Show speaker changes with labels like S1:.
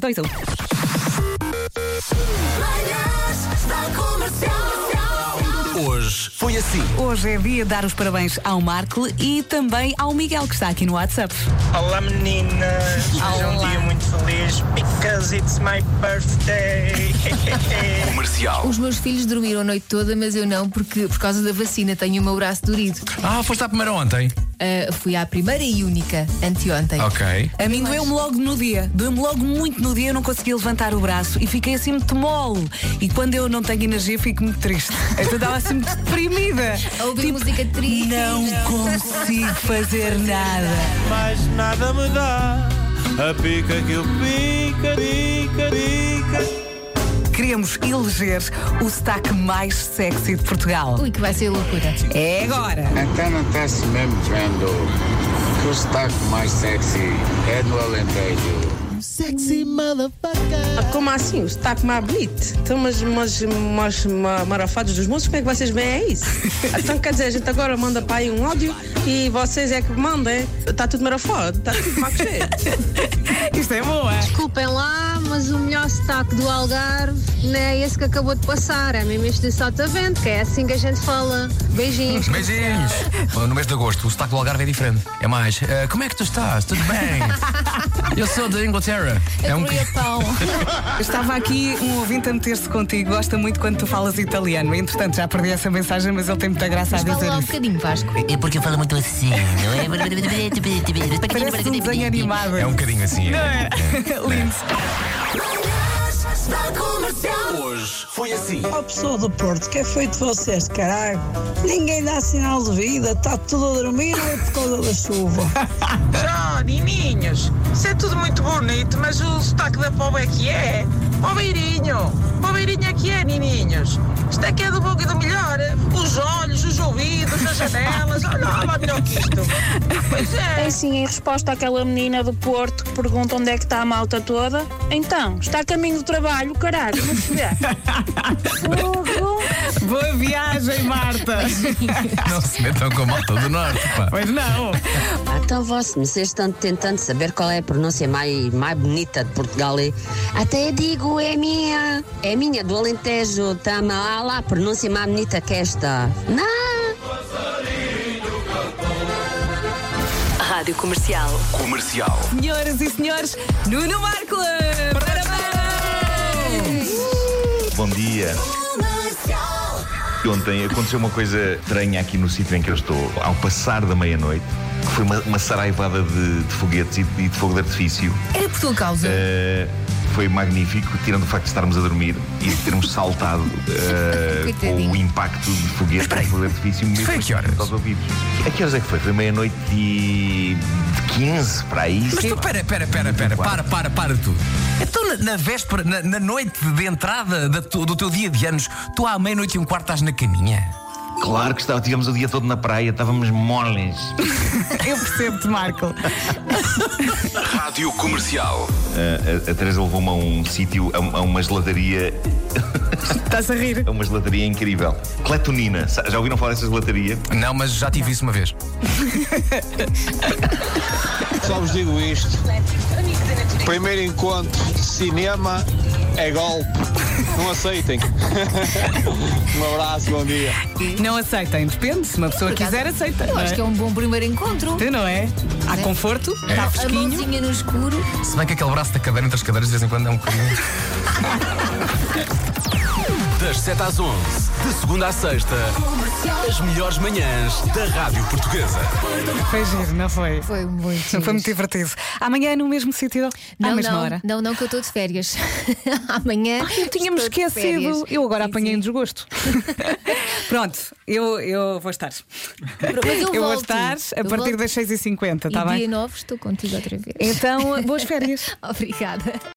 S1: dois a um.
S2: Manhãs da Comercial.
S3: Hoje foi assim.
S1: Hoje é dia de dar os parabéns ao Marco e também ao Miguel, que está aqui no WhatsApp.
S4: Olá meninas, hoje é um
S1: Olá.
S4: dia muito feliz because it's my birthday.
S3: Comercial.
S5: Os meus filhos dormiram a noite toda, mas eu não, porque por causa da vacina tenho o meu braço dorido.
S3: Ah, foste à primeira ontem?
S5: Ah, fui à primeira e única, anteontem.
S3: Ok.
S1: A mim doeu-me logo no dia. Doeu-me logo muito no dia, eu não consegui levantar o braço e fiquei assim muito mole. E quando eu não tenho energia, fico muito triste. Então estava assim muito deprimida. Tipo,
S5: A ouvir música é triste. é,
S1: Não consigo fazer nada.
S6: mas nada me dá. A pica que eu pica, pica, pica.
S1: Queremos eleger o sotaque mais sexy de Portugal.
S5: Ui, que vai ser loucura.
S1: É agora.
S7: Então não está-se mesmo vendo que o sotaque mais sexy é no Alentejo.
S8: Como assim? O sotaque mais bonito? Então, mas, mas, mas ma- marafados dos moços, como é que vocês veem é isso? Então, quer dizer, a gente agora manda para aí um áudio e vocês é que mandem. Está tudo marafado, está tudo macocheiro.
S1: Isto é boa.
S9: Desculpem lá, mas o melhor sotaque do Algarve não é esse que acabou de passar, é mesmo este de Sotavento, que é assim que a gente fala. Beijinhos.
S3: Beijinhos. Bom, no mês de agosto, o sotaque do Algarve é diferente. É mais. "Ah, como é que tu estás? Tudo bem? Eu sou da Inglaterra. É um.
S5: Queria pão.
S1: Estava aqui um ouvinte a meter-se contigo. Gosta muito quando tu falas italiano. Entretanto, já perdi essa mensagem, mas ele tem muita graça a
S5: Fala
S1: dizer
S5: lá um
S1: isso.
S5: bocadinho, Vasco.
S10: É porque eu falo muito assim, não é?
S5: é
S1: Parece um desenho animado.
S3: É um bocadinho assim. é.
S1: Lindo.
S2: Manhãs da Comercial.
S3: Hoje foi assim.
S8: Ó pessoa do Porto, que é feito vocês, caralho? Ninguém dá sinal de vida, está tudo a dormir é por causa da chuva.
S4: Meninos, isso é tudo muito bonito, mas o sotaque da povo é que é. Poveirinho, poveirinho é que é, nininhos. Isto é que é do bom e do melhor. é Os olhos, os ouvidos, as janelas. Olha, olha, melhor que isto. Pois é.
S9: Assim, em resposta àquela menina do Porto que pergunta onde é que está a malta toda, então, está a caminho do trabalho, caralho, não se vê. Fogo.
S1: Boa viagem, Marta.
S3: É. Não se metam com a malta do norte, pá.
S1: Pois não.
S10: Então vós, vocês estão tentando saber qual é a pronúncia mais, mais bonita de Portugal. e Até eu digo, é minha. É minha, do Alentejo. Tama lá, lá, a pronúncia mais bonita que esta. Não!
S2: Rádio Comercial.
S3: Comercial.
S1: Senhoras e senhores, Nuno Marco. Parabéns.
S11: Bom dia.
S2: Comercial.
S11: Ontem aconteceu uma coisa estranha aqui no sítio em que eu estou, ao passar da meia-noite, que foi uma, uma saraivada de, de foguetes e de, e de fogo de artifício.
S5: Era por tua causa.
S1: É.
S11: Eh, foi magnífico, tirando o facto de estarmos a dormir e de termos saltado eh, com
S5: Coitadinho.
S11: o impacto de foguetes e fogo de artifício mesmo assim,
S3: Foi a que horas?
S11: aos ouvidos. A que horas é que foi? Foi meia-noite e de 15 para aí.
S3: Mas tu, pera, pera, pera, pera, para, para, para tudo. Então, na, na véspera, na, na noite de entrada da tu- do teu dia de anos, tu à meia-noite e um quarto estás na caminha?
S11: Claro que estava, tivemos o dia todo na praia, estávamos moles.
S1: Eu percebo-te, Marco.
S3: Rádio Comercial.
S11: Eh, a, a- a Teresa levou-me a um sítio, a, um- a uma gelataria.
S1: Estás a rir.
S11: A uma gelataria incrível. Cletonina. Sa- Já ouviram falar dessa gelataria?
S3: Não, mas já tive isso uma vez.
S6: Só vos digo isto. Primeiro encontro, cinema é golpe. Não aceitem. Um abraço, bom dia.
S1: Não aceitem. Depende. Se uma pessoa quiser, aceita.
S5: Eu Né?
S1: não
S5: acho
S1: é?
S5: que é um bom primeiro encontro. Tá
S1: Tu, Não é? Há conforto, Tá, está
S5: A
S1: É. fresquinho.
S5: mãozinha no escuro.
S3: Se bem que aquele braço da cadeira entre as cadeiras de vez em quando é um bocadinho.
S12: Das 7 às 11, de segunda à sexta, as melhores manhãs da Rádio Portuguesa.
S1: Foi giro, não foi?
S5: Foi muito.
S1: Não foi
S5: giro.
S1: muito divertido. Amanhã é no mesmo sítio, Ah, à
S5: Não,
S1: mesma
S5: não,
S1: hora.
S5: não, não, que eu estou de férias. Amanhã.
S1: Eu tinha-me
S5: estou de
S1: esquecido.
S5: férias.
S1: Eu agora
S5: Sim,
S1: apanhei um
S5: sim.
S1: desgosto. Pronto, eu, eu vou estar.
S5: Mas eu
S1: vou
S5: volto.
S1: estar a
S5: Eu
S1: partir
S5: volto.
S1: das 6h50,
S5: E
S1: está
S5: dia
S1: tá bem?
S5: 9 estou contigo outra vez.
S1: Então, boas férias.
S5: Obrigada.